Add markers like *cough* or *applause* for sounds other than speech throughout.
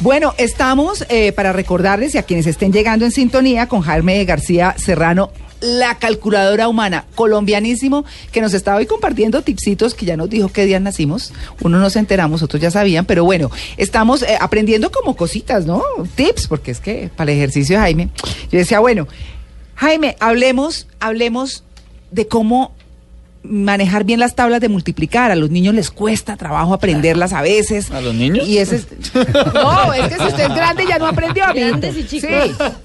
Bueno, estamos eh, para recordarles y a quienes estén llegando en sintonía con Jaime García Serrano, la calculadora humana, colombianísimo, que nos está hoy compartiendo tipsitos que ya nos dijo qué día nacimos. Uno nos enteramos, otros ya sabían, pero bueno, estamos eh, aprendiendo como cositas, ¿no? Tips, porque es que para el ejercicio, Jaime, yo decía, bueno, Jaime, hablemos, hablemos de cómo manejar bien las tablas de multiplicar. A los niños les cuesta trabajo aprenderlas a veces. ¿A los niños? Y ese es... No, es que si usted es grande ya no aprendió. amigo. Grandes y chicos.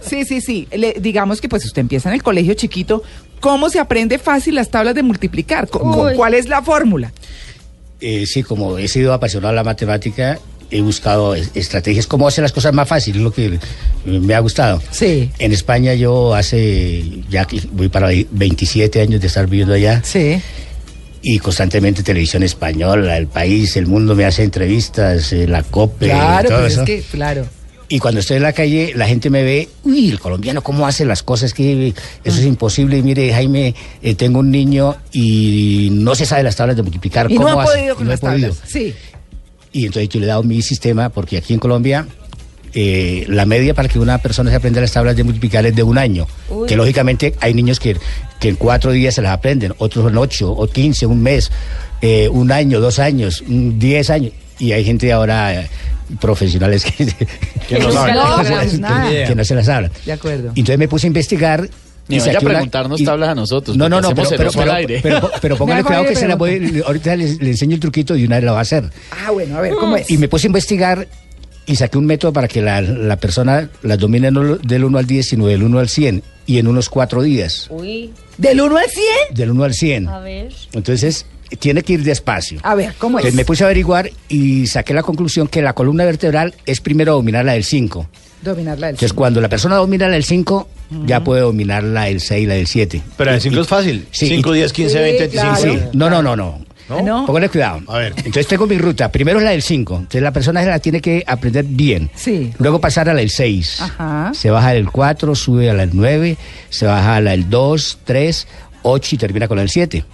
Sí, sí, sí. sí. Le- digamos que pues usted empieza en el colegio chiquito. ¿Cómo se aprende fácil las tablas de multiplicar? Co- co- Uy. ¿Cuál es la fórmula? Eh, sí, como he sido apasionado a la matemática, he buscado es- estrategias, cómo hacer las cosas más fáciles, es lo que eh, me ha gustado. Sí. En España yo hace, ya que voy para 27 años de estar viviendo allá, Sí. y constantemente televisión española, el país, el mundo me hace entrevistas, eh, la COPE, Claro, todo pero eso. es que, claro. Y cuando estoy en la calle, la gente me ve, uy, el colombiano, ¿cómo hace las cosas? Que eso es Ah. imposible. Y mire, Jaime, eh, tengo un niño y no se sabe las tablas de multiplicar. Y no ¿Cómo ha hace? podido Y con no he las podido. tablas. Sí. Y entonces yo le he dado mi sistema, porque aquí en Colombia eh, la media para que una persona se aprenda las tablas de multiplicar es de un año. Que lógicamente hay niños que, que en cuatro días se las aprenden, otros en ocho, o quince, un mes, eh, un año, dos años, mm, diez años. Y hay gente ahora, eh, profesionales que, Que *laughs* no saben. que No, se- nada. que no se las hablan. De acuerdo. Entonces me puse a investigar. Ni vaya saqué a una- preguntarnos tablas a nosotros, No, no, porque no, pero, hacemos pero, el oso al pero- aire. pero- *laughs* pero póngale Mejor cuidado le que se la voy, ahorita les- le enseño el truquito y una vez la va a hacer. Ah, bueno, a ver, ¿cómo es? Y me puse a investigar y saqué un método para que la, la persona las domine no lo- del 1 al 10, sino del 1 al 100. Y en unos cuatro días. Uy, ¿Del 1 al 100? Del 1 al 100. a ver. Entonces, tiene que ir despacio. A ver, ¿cómo es? Entonces me puse a averiguar y saqué la conclusión que la columna vertebral es primero dominar la del 5. Dominar la del Entonces, cuando la persona domina la del 5, ya puede dominar la del 6 y la del 7. Pero el 5 es fácil. Sí. 5, 10, 15, Sí, 20, claro. 25. Sí. No, no, no, no. ¿No? No. Póngale cuidado. A ver. Entonces tengo mi ruta. Primero es la del 5. Entonces la persona se la tiene que aprender bien. Sí. Luego pasar a la del 6. Ajá. Se baja del 4, sube a la del 9, se baja a la del 2, 3, 8 y termina con la del 7.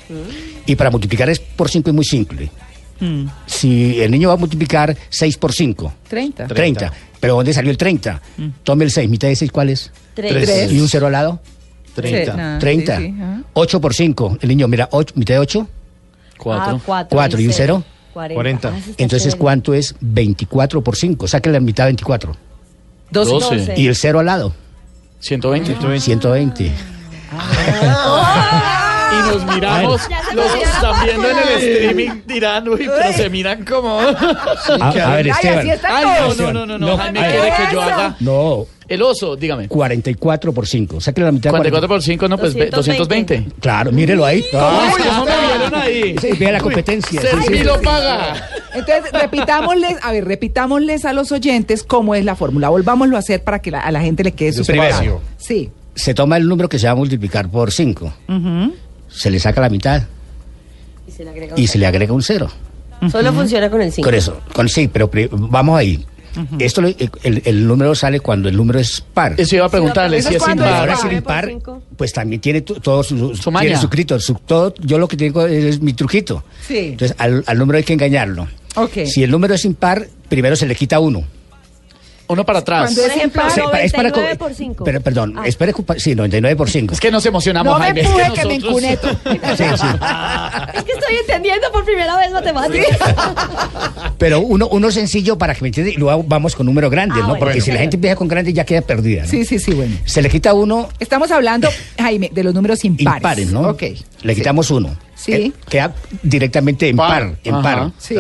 Y para multiplicar es por 5 es muy simple. Mm. Si el niño va a multiplicar 6 por 5, 30. 30. Pero ¿dónde salió el 30? Tome el 6. ¿Mitad de 6 cuál es? Tres. Tres. ¿Y un cero al lado? 30. Sí, nada, 30. sí, sí, ajá. 8 por 5. El niño, mira, ocho- mitad de 8. Ah, 4. cuatro. Cuatro y un cero. Cuarenta. Cuarenta. Ah, ese está Entonces, chévere. ¿cuánto es 24 por 5? Sáquenle la mitad 24. 12. Doce. Y el cero al lado, 120. 120. Y nos miramos. Los que están viendo en el streaming dirán, uy, pero se miran como. A, a ver, Ay, Esteban. así está Ay, todo. no, no, no, no, no. No, Jaime ay. quiere que yo haga. No, El oso, dígame. 44 por 5. Sáquenle la mitad 44 por 5, no, pues ve- 220. 220. Claro, mírelo ahí. Ah, Uy, ¿cómo me vieron ahí? Sí, vea la competencia. sí, sí. Sergi lo paga. Entonces, repitámosles, a ver, repitámosles a los oyentes cómo es la fórmula. Volvámoslo a hacer para que la- a la gente le quede súper primero. claro. Sí. Se toma el número que se va a multiplicar por 5. Se le saca la mitad Y se le agrega y se le agrega un cero. un- Solo funciona con el 5. Con eso, con sí, pero pri- vamos ahí. Esto lo- eh, el, el número sale cuando el número es par. Eso iba a preguntarle Eso si es es cuando Y es impar. ahora par. sin impar, pues también tiene tu- todo su, Su tiene maña. su crito, su- todo, yo lo que tengo es, mi truquito. Sí. Entonces, al, al número hay que engañarlo. Ok. Si el número es impar, primero se le quita uno. Uno para atrás. Cuando Por es ejemplo, impar. Se- pa- es para co- 99 por 5. Pero, perdón, Ah. es para ocupa- sí, 99 por 5. Es que nos emocionamos, No me Jaime. es empuje que me nosotros- encuneto. *laughs* Es que estoy entendiendo por primera vez matemáticas. *laughs* Pero uno, uno sencillo para que me entiendan y luego vamos con número grande, Ah, ¿no? bueno. Porque si la Bueno. gente empieza con grande ya queda perdida. ¿no? Sí, sí, sí, bueno. Se le quita uno, Estamos hablando, Jaime, de los números impares. impares, ¿no? Ok. Le quitamos uno. Sí. Eh, Queda directamente en Par. par, en Ajá. par. Sí.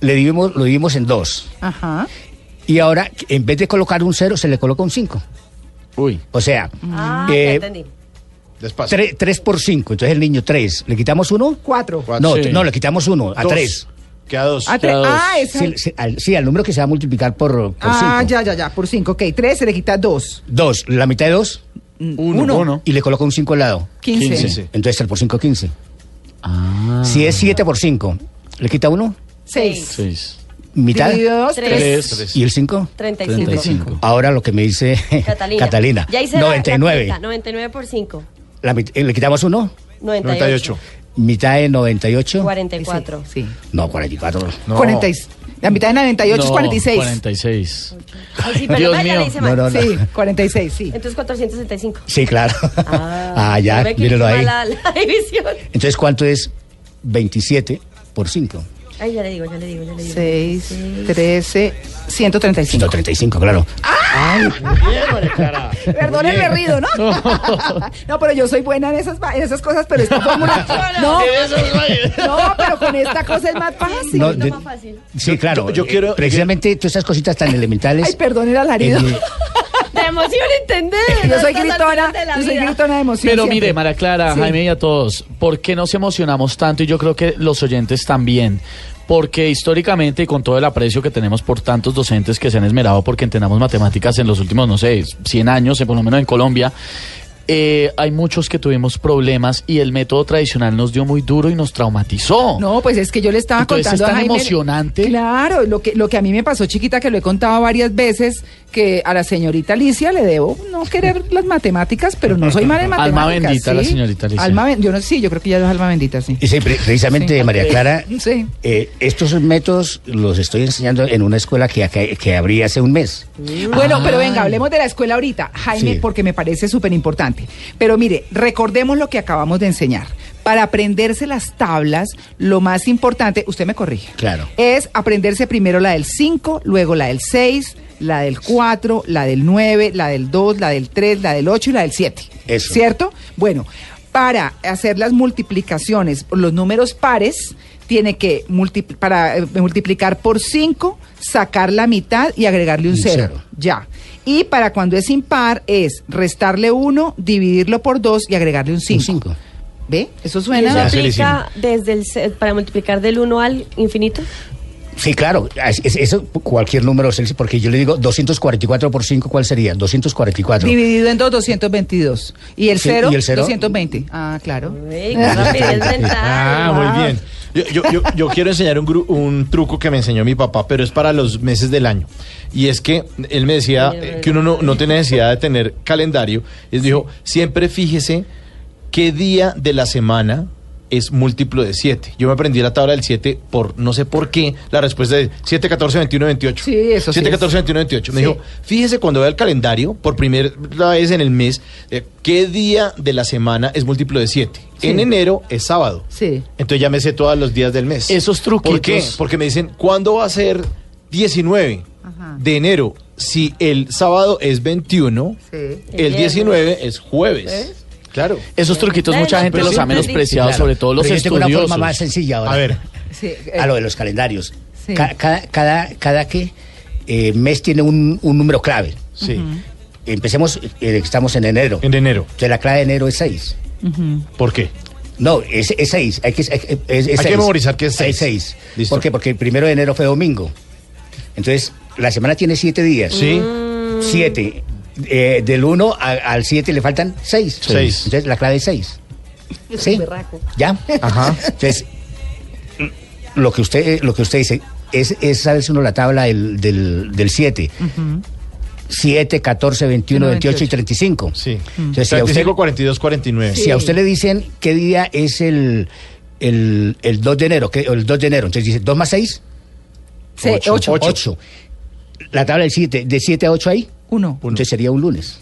Le dividimos, lo dividimos en dos. Ajá. Y ahora, en vez de colocar un cero, se le coloca un 5. Uy. O sea, Ah, ya eh, entendí. Despacio. 3, por 5. Entonces el niño 3. ¿Le quitamos uno? Cuatro. No, Sí. no, le quitamos uno a Dos. 3. Queda dos. Ah, tres. queda dos. Ah, esa- Sí, sí, al, sí, al número que se va a multiplicar por, por Ah, cinco. ya, ya, ya, por cinco. Ok, tres se le quita dos. Dos, la mitad de dos, uno. uno. uno. y le coloco un 5 al lado. Quince. Quince. Oh, Sí. Entonces 3 por 5, 15. Ah, Ah. Si es 7 por 5, ¿le quita uno? Seis. Seis. ¿Mitad? Dividido dos, Tres. Tres. ¿Y el 5? 35. Ahora lo que me dice *laughs* Catalina. Catalina. Ya hice la- la 99. cuenta, 99 por 5. La mit- eh, ¿Le quitamos uno? 98. ¿Mitad de 98? 44. Sí. No, 44. No. 40 y- la mitad de 98 es No, 46. 46. Ay, sí, pero Dios mal, ya mío. le hice mal. No, no, no. Sí, 46, sí. Entonces 475. Sí, claro. Ah, ya, ve que mírelo hice ahí. mal La, *laughs* la división. Entonces, ¿cuánto es 27 por 5? Ay, ya le digo, ya le digo, ya le digo. 6, 13, 135. 135, claro. Perdón el berrido, ¿no? *laughs* no, pero yo soy buena en esas, va- en esas cosas, pero esta fórmula. No, no, pero con esta cosa es más fácil. No, Lo de- más fácil. Sí, claro. yo- yo eh, quiero- Precisamente todas esas cositas tan elementales. Ay, perdón el alarido. eh, De emoción entender. Yo soy estas gritona, alturas de la yo soy vida. gritona de emoción. Pero siempre. mire, Mara Clara, Sí. Jaime y a todos, ¿por qué nos emocionamos tanto? Y yo creo que los oyentes también. Porque históricamente, y con todo el aprecio que tenemos por tantos docentes que se han esmerado porque entendamos matemáticas en los últimos, no sé, 100 años, eh, por lo menos en Colombia, eh, hay muchos que tuvimos problemas y el método tradicional nos dio muy duro y nos traumatizó. No, pues es que yo le estaba Entonces, contando es a tan Jaime- emocionante. Claro, lo que, lo que a mí me pasó chiquita, que lo he contado varias veces, que a la señorita Alicia le debo no querer las matemáticas, pero no soy mala *laughs* en Alma matemáticas. bendita ¿sí? la señorita Alicia. Alma ben- yo no, sí, yo creo que ya es alma bendita, sí. y sí, pre- precisamente, Sí. María Clara, Sí. eh, estos métodos los estoy enseñando en una escuela que, que, que abrí hace un mes. Bueno, pero venga, hablemos de la escuela ahorita, Jaime, Sí. porque me parece súper importante. Pero mire, recordemos lo que acabamos de enseñar. Para aprenderse las tablas, lo más importante, usted me corrige. Claro. Es aprenderse primero la del 5, luego la del 6, la del 4, la del 9, la del 2, la del 3, la del 8 y la del 7. Eso. ¿Cierto? Bueno, para hacer las multiplicaciones, los números pares, tiene que multipl- para eh, multiplicar por 5, sacar la mitad y agregarle un Un cero. cero. Ya. Y para cuando es impar es restarle 1, dividirlo por 2 y agregarle un 5. cinco. ¿Ve? Eso ¿Y suena. eso Ya se le aplica desde el, ce- para multiplicar del 1 al infinito? Sí, claro. es- es- Eso, cualquier número, Celsi, porque yo le digo 244 por 5, ¿cuál sería? 244. Dividido en 2, 222. ¿Y el Sí, 0? ¿y el cero? 220. Ah, claro. Ey, *laughs* qué rapidez mental. Ah, muy bien. Yo, yo- yo- yo quiero enseñar un, gru- un truco que me enseñó mi papá, pero es para los meses del año. Y es que él me decía eh, que uno no, no tiene necesidad de tener calendario. Él dijo, siempre fíjese qué día de la semana es múltiplo de 7. Yo me aprendí la tabla del 7 por no sé por qué la respuesta es 7, 14, 21, 28. Sí, eso sí 7, es. 14, 21, 28. Me Sí. dijo, fíjese cuando vea el calendario, por primera vez en el mes, eh, qué día de la semana es múltiplo de 7. Sí. En enero es sábado. Sí. Entonces ya me sé todos los días del mes. Esos truquitos. ¿Por qué? Porque me dicen, ¿cuándo va a ser 19 Ajá. de enero? Si el sábado es 21, Sí. el 19 es jueves. Claro. Esos truquitos Bueno, mucha gente pero los sí ha entendí. menospreciado, Claro. sobre todo los Pero yo tengo una estudiosos. forma más sencilla ahora. A ver, Sí, eh, A lo de los calendarios. Sí. Ca- Cada, cada, cada que eh, mes tiene un, un número clave. sí. Empecemos, eh, estamos en enero. En enero. Entonces la clave de enero es 6. ¿Por qué? No, es 6. Hay que, hay, que- es- es Hay que seis. memorizar que es seis. Es seis. Listo. ¿Por qué? Porque el primero de enero fue domingo. Entonces, la semana tiene siete días. Sí. 7. del 1 al 7 le faltan 6. Seis. Entonces la clave es 6. ¿Sí? ¿Ya? Ajá. Entonces, lo que usted, lo que usted dice es, es sabes uno la tabla del 7. Del 7, 14, 21, 28 y 35. Sí. Entonces, si a usted- 35, 42, 49. si a usted le dicen qué día es el, el, el 2 de enero, que, o el 2 de enero, entonces dice 2 más 6, eh, sí, ocho. 8. La tabla del 7, de 7 a 8 ahí, Uno. entonces sería un lunes.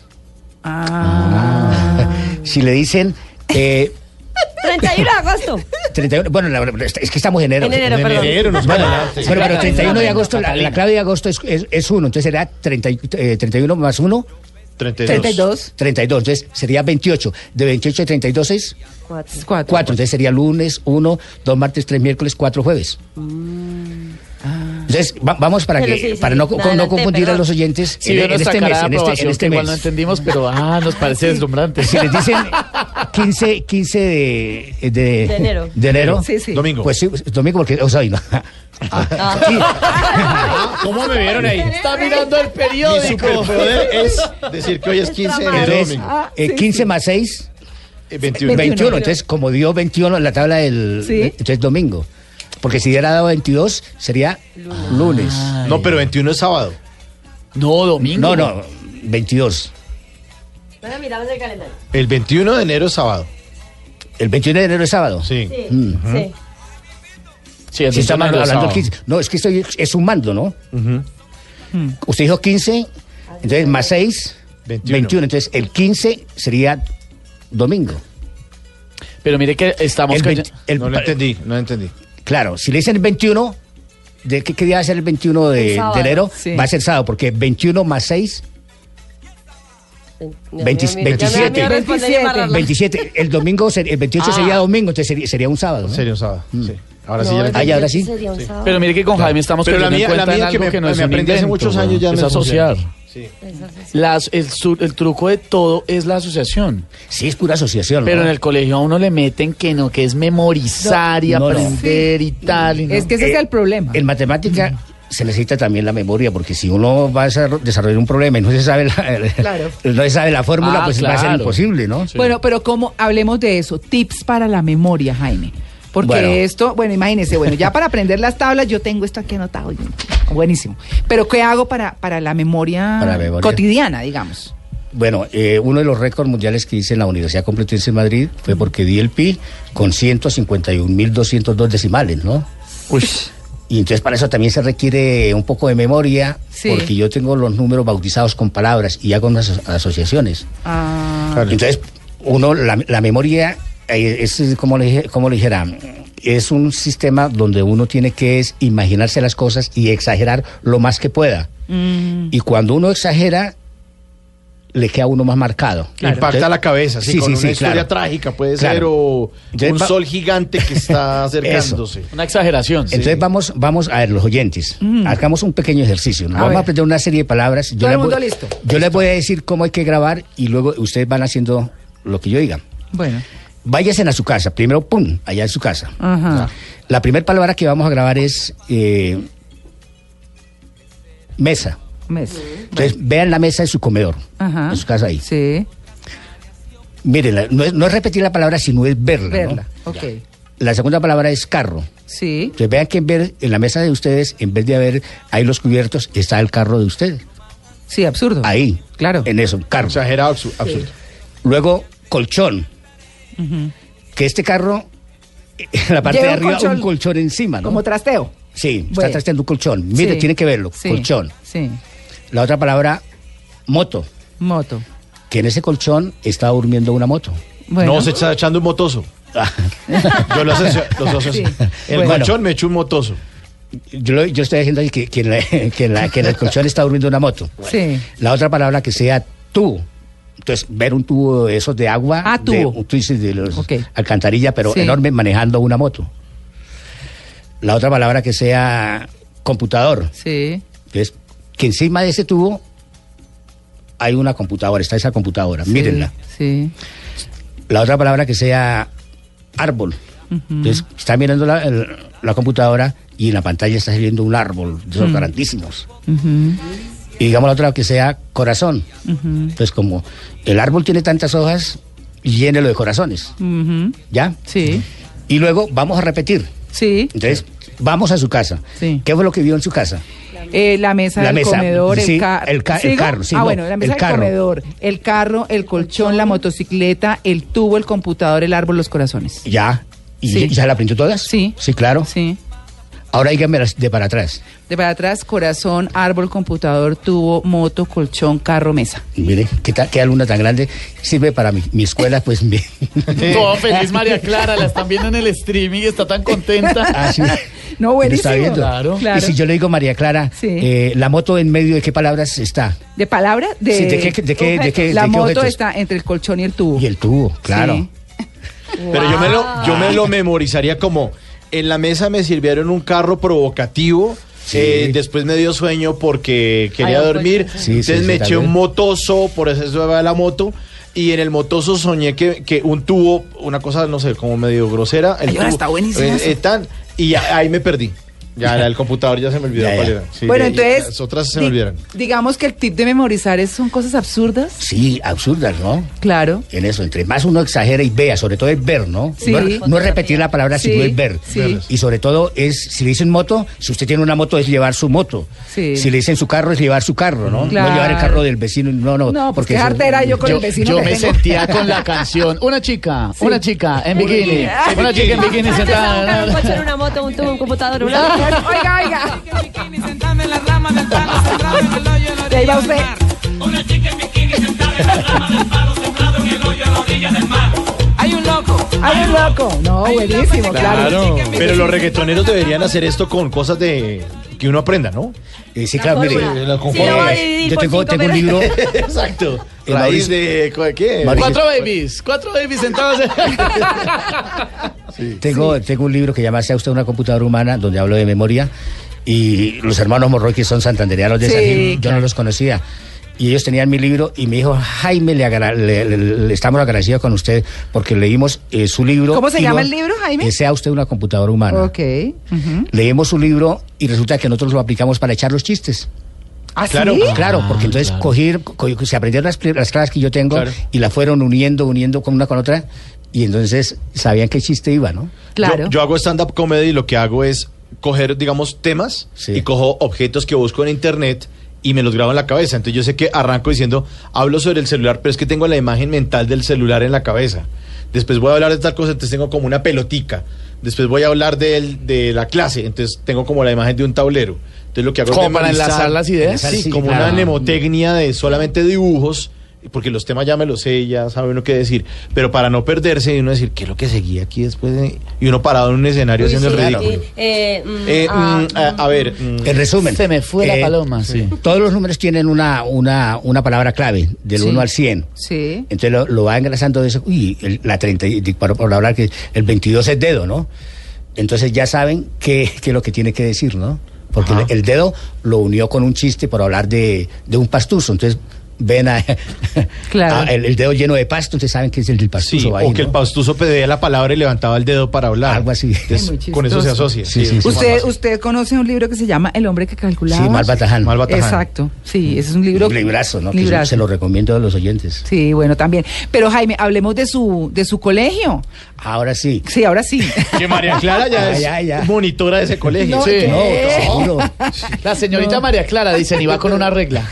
Ah. Si le dicen... Eh, 31 de agosto. 31, bueno, la- la- es que estamos en enero. En enero, En perdón. enero nos van a dar. Bueno, pero 31 de Catalina, agosto, la, la clave de agosto es, es, 1, entonces será 30, y- eh, 31 más 1, 32. 32, entonces sería 28. De 28 a 32 es Cuatro. 4, entonces sería lunes 1, 2 martes, 3 miércoles, 4 jueves. Entonces, va- vamos para Mm. Pero que sí, sí, para no, sí. no Adelante, confundir a perdón. los oyentes Sí, en, veo en nuestra este cara mes, de en este, aprobación, en que este igual mes. no entendimos, pero ah, *laughs* nos parece deslumbrante. Si les dicen 15, 15 de, eh, de, De enero. de enero, Sí, sí. Domingo. Ah. Pues sí, pues, domingo porque o sea, hoy no. ¿Cómo me vieron ahí? Está mirando el Mi periódico. superpoder es decir que hoy es 15 de *laughs* enero, Entonces, domingo. Ah, eh, 15 más 6, Eh, 21. 21. 21. Entonces, como dio 21 en la tabla del eh, Sí. entonces domingo. Porque si hubiera dado 22 sería lunes. No, pero 21 es sábado. No, domingo. No, no, 22. Bueno, miramos el calendario. El 21 de enero es sábado. El 21 de enero es sábado. Sí. Mm. Sí, sí. Sí, Si está entonces, mal- no, hablando sábado. 15. No, es que estoy es sumando, ¿no? Hmm. Usted dijo 15, entonces más 6, 21. 21. Entonces el 15 sería domingo. Pero mire que estamos... El calla- 20 el- no lo entendí, no lo entendí. Claro, si le dicen el 21, ¿de qué, qué día va a ser el 21 de, de sábado, enero? sí. Va a ser sábado, porque 21 más 6, Veinti- Ya me da miedo veintisiete. responder y amarrarla. 27. El domingo, ser- el 28 sería domingo, entonces sería, sería un sábado. ¿no? Sería un sábado. Sí. Ahora sí No, ya lo el Ah, ya, ahora sí. 28 sería un sábado. Pero mire que con Jaime estamos Pero la cayendo en mía- la cuenta en mía que algo me- que no es me un aprendí hace invento, muchos años ¿no? ya Es me asociar. funciona. Sí. Las, el, sur- el truco de todo es la asociación. Sí, es pura asociación. Pero ¿no? en el colegio a uno le meten que no, que es memorizar y No, no. aprender y tal. y no. Es que ese es el problema. Eh, En matemática se necesita también la memoria, porque si uno va a desarro- desarrollar un problema y no se sabe la, Claro. *laughs* no se sabe la fórmula, Ah, pues va a ser claro. imposible, ¿no? Bueno, pero ¿cómo? Hablemos de eso. Tips para la memoria, Jaime. Porque Bueno. esto, bueno, imagínese, bueno, ya para aprender las tablas yo tengo esto aquí anotado. y- Buenísimo. Pero ¿qué hago para, para la memoria, Para la memoria. cotidiana, digamos? Bueno, eh, uno de los récords mundiales que hice en la Universidad Complutense de Madrid fue porque di el PI con 151.202 decimales, ¿no? Uy, Y entonces para eso también se requiere un poco de memoria, Sí. porque yo tengo los números bautizados con palabras y hago unas aso- asociaciones. Ah, Claro. Entonces, uno, la, la memoria eh, es, eh, como le, dije- como le dijera, es un sistema donde uno tiene que es imaginarse las cosas y exagerar lo más que pueda. Mm. Y cuando uno exagera, le queda a uno más marcado. Impacta la cabeza, sí, Sí, con sí, una sí, historia claro. trágica puede Claro. ser o Entonces, un pa- sol gigante que *laughs* está acercándose. una exageración. sí. Entonces vamos, vamos a ver, los oyentes, hagamos un pequeño ejercicio. ¿no? Mm. A Vamos ver. a aprender una serie de palabras. Yo Todo el les mundo voy- listo. Yo les voy a decir cómo hay que grabar y luego ustedes van haciendo lo que yo diga. bueno. Váyanse a su casa. Primero, pum, allá en su casa. Ajá. La primera palabra que vamos a grabar es eh, mesa. Mes. Entonces, vean la mesa de su comedor, Ajá. en su casa ahí. Sí. Mírenla, no es, no es repetir la palabra, sino es verla. ¿no? Verla. Ok. La segunda palabra es carro. Sí. Entonces, vean que en, ver, en la mesa de ustedes, en vez de haber ahí los cubiertos, está el carro de ustedes. Sí, absurdo. Ahí. Claro. En eso, carro. Exagerado, absu- absurdo. Luego, colchón. Que este carro, en la parte Lleva de un arriba, colchón. un colchón encima, ¿no? Como trasteo. Sí, Bueno. está trasteando un colchón. Mire, Sí. tiene que verlo, Sí. colchón. Sí. La otra palabra, moto. Moto. Que en ese colchón está durmiendo una moto. Bueno. No, se está echando un motoso. Yo lo asocio. los asocio. Sí. El Bueno. colchón me echó un motoso. Yo, lo- yo estoy diciendo ahí que, que, en la- *laughs* que en la- que en el colchón está durmiendo una moto. Sí. La otra palabra que sea tubo. Entonces, ver un tubo de esos de agua. Ah, de- tubo. tú dices de los Ok. alcantarilla, pero Sí. enorme, manejando una moto. La otra palabra que sea computador. Sí. Entonces, que encima de ese tubo hay una computadora, está esa computadora. Mírenla. Sí. La otra palabra que sea árbol. Entonces, está mirando la, el- la computadora y en la pantalla está saliendo un árbol de esos grandísimos. Y digamos la otra que sea corazón. Entonces, como el árbol tiene tantas hojas, llénelo de corazones. Ujú. ¿Ya? Mm. Sí. Y luego vamos a repetir. Sí. Entonces, vamos a su casa. Sí. ¿Qué fue lo que vio en su casa? Eh, la mesa La del mesa, comedor, sí, el carro. el ca- el carro, sí, ah, no, bueno, la mesa el del carro. comedor, el carro, el colchón, la motocicleta, el tubo, el computador, el árbol, los corazones. ¿Ya? ¿Y Sí. ya la aprendió todas? Sí. Sí, claro. Sí. Ahora díganme las de para atrás. De para atrás, corazón, árbol, computador, tubo, moto, colchón, carro, mesa. Mire, qué, ta- qué alumna tan grande. Sirve para mi, *laughs* mi escuela, *laughs* pues mi- Toda feliz María Clara, la están viendo en el streaming y está tan contenta. *laughs* Ah, sí. *laughs* No, Lo buenísimo. está viendo. Claro. Claro. Y si yo le digo María Clara, Sí. eh, la moto en medio de qué palabras está. De palabra, de, Sí, ¿de qué- de qué- de qué- La de qué moto objetos? está entre el colchón y el tubo. Y el tubo, claro. Sí. Pero yo me, lo, yo me lo memorizaría como: en la mesa me sirvieron un carro provocativo Sí. eh, después me dio sueño porque quería Ay, no, dormir, pues, sí. Sí, entonces sí, me sí, eché tal un vez. motoso, por eso se va la moto, y en el motoso soñé que, que un tubo, una cosa, no sé, como medio grosera, el Ay, ahora tubo, está buenísimo eh, eso. eh, tan, y a- ahí me perdí. *laughs* Ya, era el computador ya se me olvidó Ya, ya. cuál era. Sí, bueno, y- y entonces. las otras se me di- olvidaron. Digamos que el tip de memorizar es, son cosas absurdas. Sí, absurdas, ¿no? Claro. En eso, entre más uno exagera y vea, sobre todo es ver, ¿no? Sí. No, es- no es repetir la palabra, Sí, sino es ver. sí. Y sobre todo es, si le dicen moto, si usted tiene una moto es llevar su moto. Sí. Si le dicen su carro es llevar su carro, ¿no? Claro. No llevar el carro del vecino, no, no. No, pues qué eso- jartera yo con el vecino yo que me tengo. sentía con *laughs* la canción. Una chica, una chica en bikini. bikini. Una chica en bikini Un sentada. coche, en una moto, un tubo, un computador, una... oiga, oiga. Y ahí va usted. Hay un loco. Hay un loco. No, buenísimo, claro. Claro, pero los reggaetoneros deberían hacer esto con cosas de que uno aprenda, ¿no? Eh, sí, claro, mire. Sí, la Sí, lo voy a dividir yo por tengo, cinco, tengo un pero- libro. Exacto. Eh, Raíz Mauricio- de cualquier. Mauricio- Cuatro babies, cuatro babies sentadas. *laughs* Tengo, tengo un libro que llama Sea usted una computadora humana, donde hablo de memoria. Y los hermanos Morroy, que son santandereanos de Sí, San Gil, yo no los conocía. Y ellos tenían mi libro y me dijo, Jaime, le, agra- le- le- le estamos agradecidos con usted porque leímos eh, su libro. ¿Cómo se y llama nos- el libro, Jaime? que sea usted una computadora humana. Ok. ujú. Leemos su libro y resulta que nosotros lo aplicamos para echar los chistes. ¿Ah, Claro. sí? Claro, Ah, porque entonces claro. cogir- co- se aprendieron las, pri- las clases que yo tengo Claro. y las fueron uniendo, uniendo con una con otra y entonces sabían qué chiste iba, ¿no? Claro. Yo, yo hago stand-up comedy y lo que hago es coger, digamos, temas Sí. y cojo objetos que busco en internet y me los grabo en la cabeza. Entonces yo sé que arranco diciendo, hablo sobre el celular, pero es que tengo la imagen mental del celular en la cabeza. Después voy a hablar de tal cosa, entonces tengo como una pelotica. Después voy a hablar del- de, la clase, entonces tengo como la imagen de un tablero. Entonces lo que hago ¿Como es para memorizar- enlazar las ideas? Sí, Sí, como claro. una mnemotecnia de solamente dibujos, porque los temas ya me los sé, ya sabe uno qué decir. Pero para no perderse y uno decir, ¿qué es lo que seguía aquí después? de-?" Y uno parado en un escenario haciendo el ridículo. Eh, Ah, ah. mm, a, a ver, mm, En resumen. eh, Se me fue la paloma, sí. Todos los números tienen una, una, una palabra clave, del 1 al 100. Sí. Entonces lo, lo va engrasando, dice, uy, el- la 30, y- por, por hablar que el 22 es dedo, ¿no? Entonces ya saben qué qué es lo que tiene que decir, ¿no? Porque Ajá. el, el dedo lo unió con un chiste por hablar de, de un pastuso. Entonces ven a, *laughs* Claro. a el, el dedo lleno de pasto, entonces saben que es el del sí, pastuso. ahí, o que el ¿no? pastuso pedía la palabra y levantaba el dedo para hablar. Algo así. Entonces, Ay, muy con eso se chistoso. asocia. Sí, sí, es sí. más Usted, fácil. usted conoce un libro que se llama El hombre que Sí, calculaba. mal bataján. Mal bataján. Exacto. Sí, ese es un libro. *laughs* Un librazo, ¿no? Que yo Librazo. se lo recomiendo a los oyentes. Sí, bueno, también. Pero Jaime, hablemos de su, de su colegio. Ahora sí. Sí, ahora *laughs* sí. Que María Clara ya Ah, es ya, ya. monitora de ese colegio. Sí. No, seguro. La señorita María Clara dicen y va con una regla.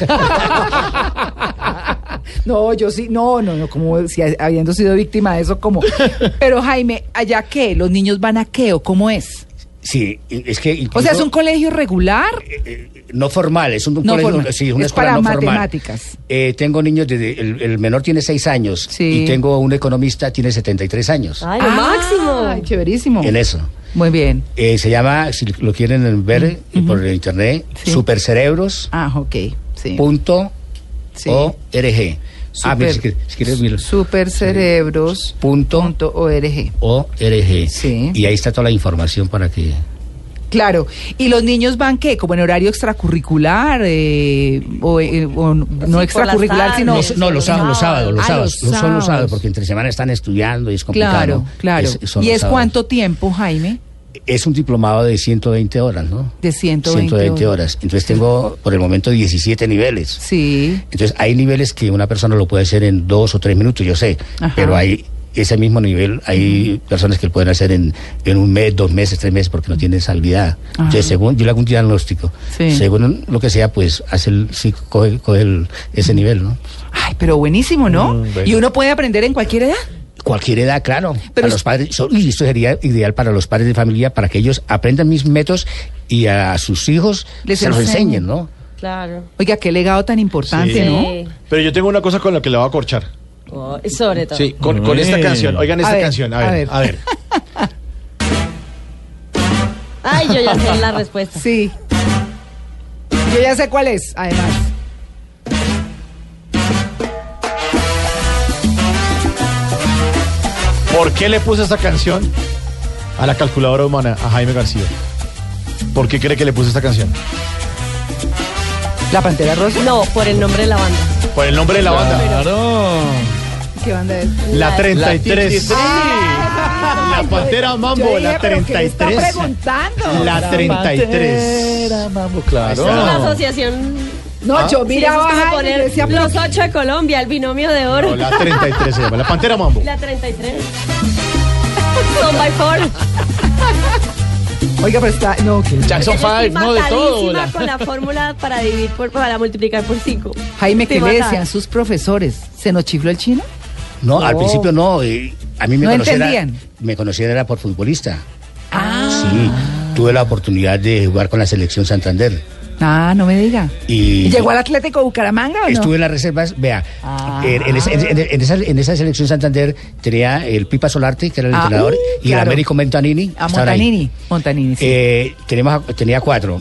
No, yo sí, no, no, no, como si ha- habiendo sido víctima de eso, como. Pero Jaime, ¿allá qué? ¿Los niños van a qué o cómo es? Sí, y- es que. O sea, ¿es incluso- un colegio regular? eh, no formal, es un, un No colegio, formal. sí, una Es escuela para no formal. matemáticas. Eh, tengo niños, desde, el, el menor tiene seis años Sí. y tengo un economista, tiene 73 años Ay, lo máximo. Ay, Ah, chéverísimo. en eso. Muy bien. Eh, se llama, si lo quieren ver eh, por internet, Sí. supercerebros.org. Ah, ok. Sí. sí. Ah, mira, Super- si quieres, si quieres, mira. Supercerebros Punto punto org. org. Sí. Y ahí está toda la información para que... Claro. ¿Y los niños van qué? ¿Como en horario extracurricular? eh, o, eh, o Ah, no las extracurricular, tardes. sino. No, no, los sábados, los sábados, los Ah, sábados, los los son los sábados. sábados, porque entre semana están estudiando y es complicado. Claro, ¿no? claro. Es- son ¿Y los es sábados. cuánto tiempo, Jaime? Es un diplomado de 120 horas, ¿no? De 120 horas. Entonces tengo por el momento 17 niveles. Sí. Entonces hay niveles que una persona lo puede hacer en dos o tres minutos, yo sé, Ajá. pero hay ese mismo nivel, hay personas que lo pueden hacer en, en un mes, dos meses, tres meses, porque no tienen salvidad. Entonces, según yo le hago un diagnóstico, Sí. según lo que sea, pues hace el, sí, coge, coge el- ese nivel, ¿no? Ay, pero buenísimo, ¿no? Mm, Y uno puede aprender en cualquier edad. Cualquier edad, claro. Pero para es- los padres, so- y esto sería ideal para los padres de familia, para que ellos aprendan mis métodos y a sus hijos Les se los enseñen. enseñen, ¿no? Claro. Oiga, qué legado tan importante, Sí. ¿no? Sí. Pero yo tengo una cosa con la que la voy a corchar. Oh, sobre todo. Sí, con, con esta Uy. canción. Oigan A esta ver, canción. A a ver, ver. a ver. Ay, yo ya sé la respuesta. Sí. Yo ya sé cuál es, además. ¿Por qué le puse esta canción a la calculadora humana, a Jaime García? ¿Por qué cree que le puse esta canción? ¿La Pantera Rosa? No, por el nombre de la banda. Por el nombre de la banda. Claro. ¿Qué banda es? La 33. 33. La Pantera Mambo, la está 33. preguntando? La 33. Pantera, vamos, Ah. La claro. asociación. No, Ah. yo Sí, eso miraba es como a poner poner decía, pero los ocho de Colombia, el binomio de oro. No, la 33 se llama. La Pantera Mambo. La *laughs* 33. Son by four. Oiga, pero está. No, que- Jackson Yo estoy 5, no de todo. matadísima la- con la fórmula para dividir por, para multiplicar por cinco. Jaime, ¿qué Estoy le matada. decían sus profesores? ¿Se nos chifló el chino? No, al No. principio no. eh, a mí me No conocían era- entendían. Ah. Me conocían era por futbolista. Sí. Tuve la oportunidad de jugar con la selección Santander. Ah, no me diga. Y- ¿Y ¿Llegó al Atlético Bucaramanga o no? Ah. Estuve en las reservas, vea, en, en esa, en- en- en esa- en esa selección Santander tenía el Pipa Solarte, que era el Ah, entrenador, uh, y el claro. Ah, Américo Montanini. A estaban ahí. Montanini. Montanini, sí. Eh, tenemos a- tenía cuatro.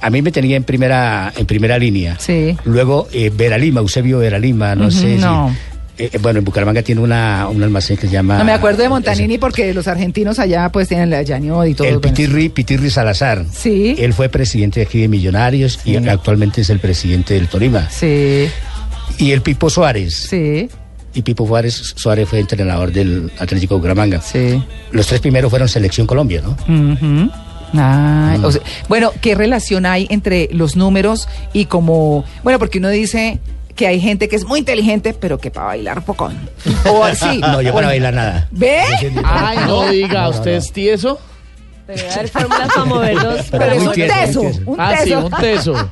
A mí me tenía en primera, en primera línea. Sí. Luego eh, Vera Lima, Eusebio Vera Lima, no Ujú, sé si- no. eh, eh, bueno, en Bucaramanga tiene una, un almacén que se llama... no me acuerdo de Montanini porque los argentinos allá pues tienen la Yaniod y todo. El bueno. Pitirri, Pitirri Salazar. Sí. Él fue presidente aquí de Millonarios y actualmente es el presidente del Tolima. Sí, Y el Pipo Suárez. sí, y Pipo Suárez, Suárez fue entrenador del Atlético de Bucaramanga. sí. Los tres primeros fueron Selección Colombia, ¿no? Ujú. Ay, Mm. o sea, bueno, ¿qué relación hay entre los números y como, bueno, porque uno dice que hay gente que es muy inteligente, pero que para bailar pocón. O así. *laughs* No, yo o- para bailar nada. ¿Ve? Ay, Ah, no diga, ¿usted es tieso? Te voy a dar fórmulas para moverlos. Pero es muy un tieso, muy teso, tieso. un Ah, sí, teso. un teso.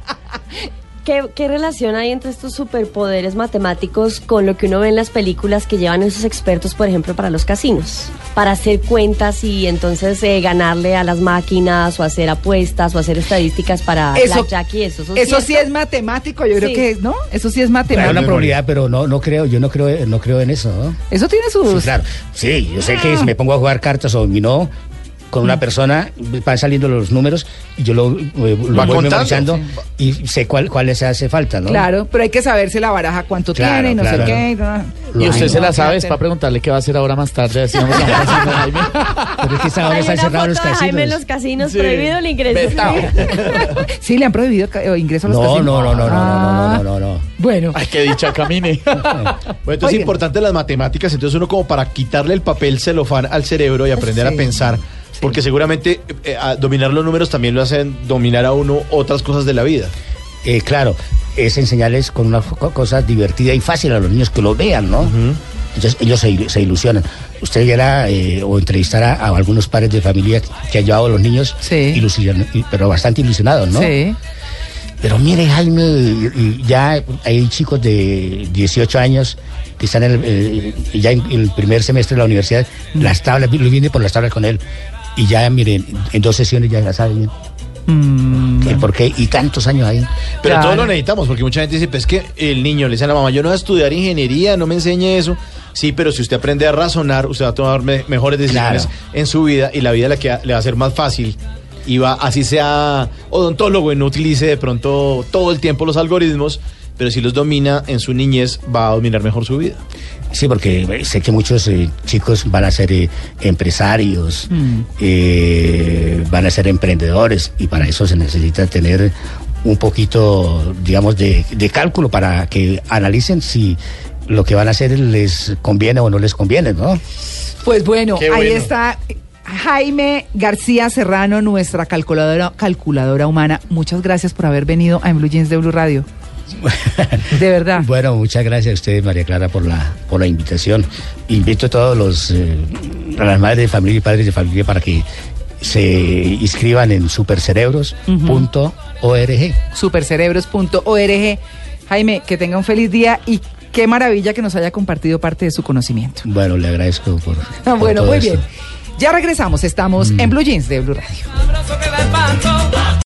¿Qué, ¿Qué relación hay entre estos superpoderes matemáticos con lo que uno ve en las películas que llevan esos expertos, por ejemplo, para los casinos? Para hacer cuentas y entonces eh, ganarle a las máquinas o hacer apuestas o hacer estadísticas para blackjack y eso. eso, sí es matemático, yo creo Sí. que es, ¿no? Eso sí es Hay una matemático. probabilidad, pero no, no creo, yo no creo, no creo en eso, ¿no? Eso tiene Sí, sus... claro. Sí, yo sé que si me pongo a jugar cartas o dominó con Mm. una persona, van saliendo los números y yo lo, eh, lo voy contando. memorizando y sé cuál, cuál les hace falta, ¿no? Claro, pero hay que saberse la baraja cuánto Claro, tiene y no claro. sé qué. y no- Y Ay, usted no, se la sabe, es espérate. para preguntarle qué va a hacer ahora más tarde. Así vamos a pasar, Jaime. Pero es que esta hora Hay están una cerrados los foto de Jaime en los casinos. casinos, Sí. prohibido el ingreso. Vetao. Sí, le han prohibido ca- eh, ingreso a los No, casinos. no, no, no, no, Ah, no, no, no, no. Bueno, Ay, qué dicha, camine. Bueno, entonces Oigan. es importante las matemáticas, entonces uno como para quitarle el papel celofán al cerebro y aprender Sí. a pensar, porque seguramente eh, a dominar los números también lo hacen dominar a uno otras cosas de la vida. Eh, claro, es enseñarles con una co- cosa divertida y fácil a los niños que lo vean, ¿no? Entonces ellos se, ilu- se ilusionan. Usted llegará eh, o entrevistará a algunos padres de familia que han llevado a los niños, Sí. ilusion- y- pero bastante ilusionados, ¿no? sí. Pero mire, Jaime, y- y ya hay chicos de 18 años que están en el, eh, ya en, en el primer semestre de la universidad, Mm. las tablas, lo viene por las tablas con él. Y ya, miren, en dos sesiones ya saben Mm. el por qué y tantos años ahí. Pero Claro. todos lo necesitamos, porque mucha gente dice, pues es que el niño le dice a la mamá, yo no voy a estudiar ingeniería, no me enseñe eso. Sí, pero si usted aprende a razonar, usted va a tomar me- mejores decisiones Claro. en su vida y la vida la que le va a ser más fácil. Y va, así sea odontólogo y no utilice de pronto todo el tiempo los algoritmos, pero si los domina en su niñez, va a dominar mejor su vida. Sí, porque eh, sé que muchos eh, chicos van a ser eh, empresarios, eh, van a ser emprendedores y para eso se necesita tener un poquito, digamos, de, de cálculo para que analicen si lo que van a hacer les conviene o no les conviene, ¿no? *laughs* Pues bueno, Qué ahí bueno. está Jaime García Serrano, nuestra calculadora, calculadora humana. Muchas gracias por haber venido a En Blue Jeans de Blue Radio. De verdad. Bueno, muchas gracias a ustedes, María Clara, por la, por la invitación. Invito a todos los, eh, a las madres de familia y padres de familia para que se inscriban en supercerebros.org. Supercerebros.org. Jaime, que tenga un feliz día y qué maravilla que nos haya compartido parte de su conocimiento. Bueno, le agradezco por. por Ah, Bueno, todo muy esto. Mm. bien. Ya regresamos, estamos en Blue Jeans de Blue Radio. abrazo que da espanto,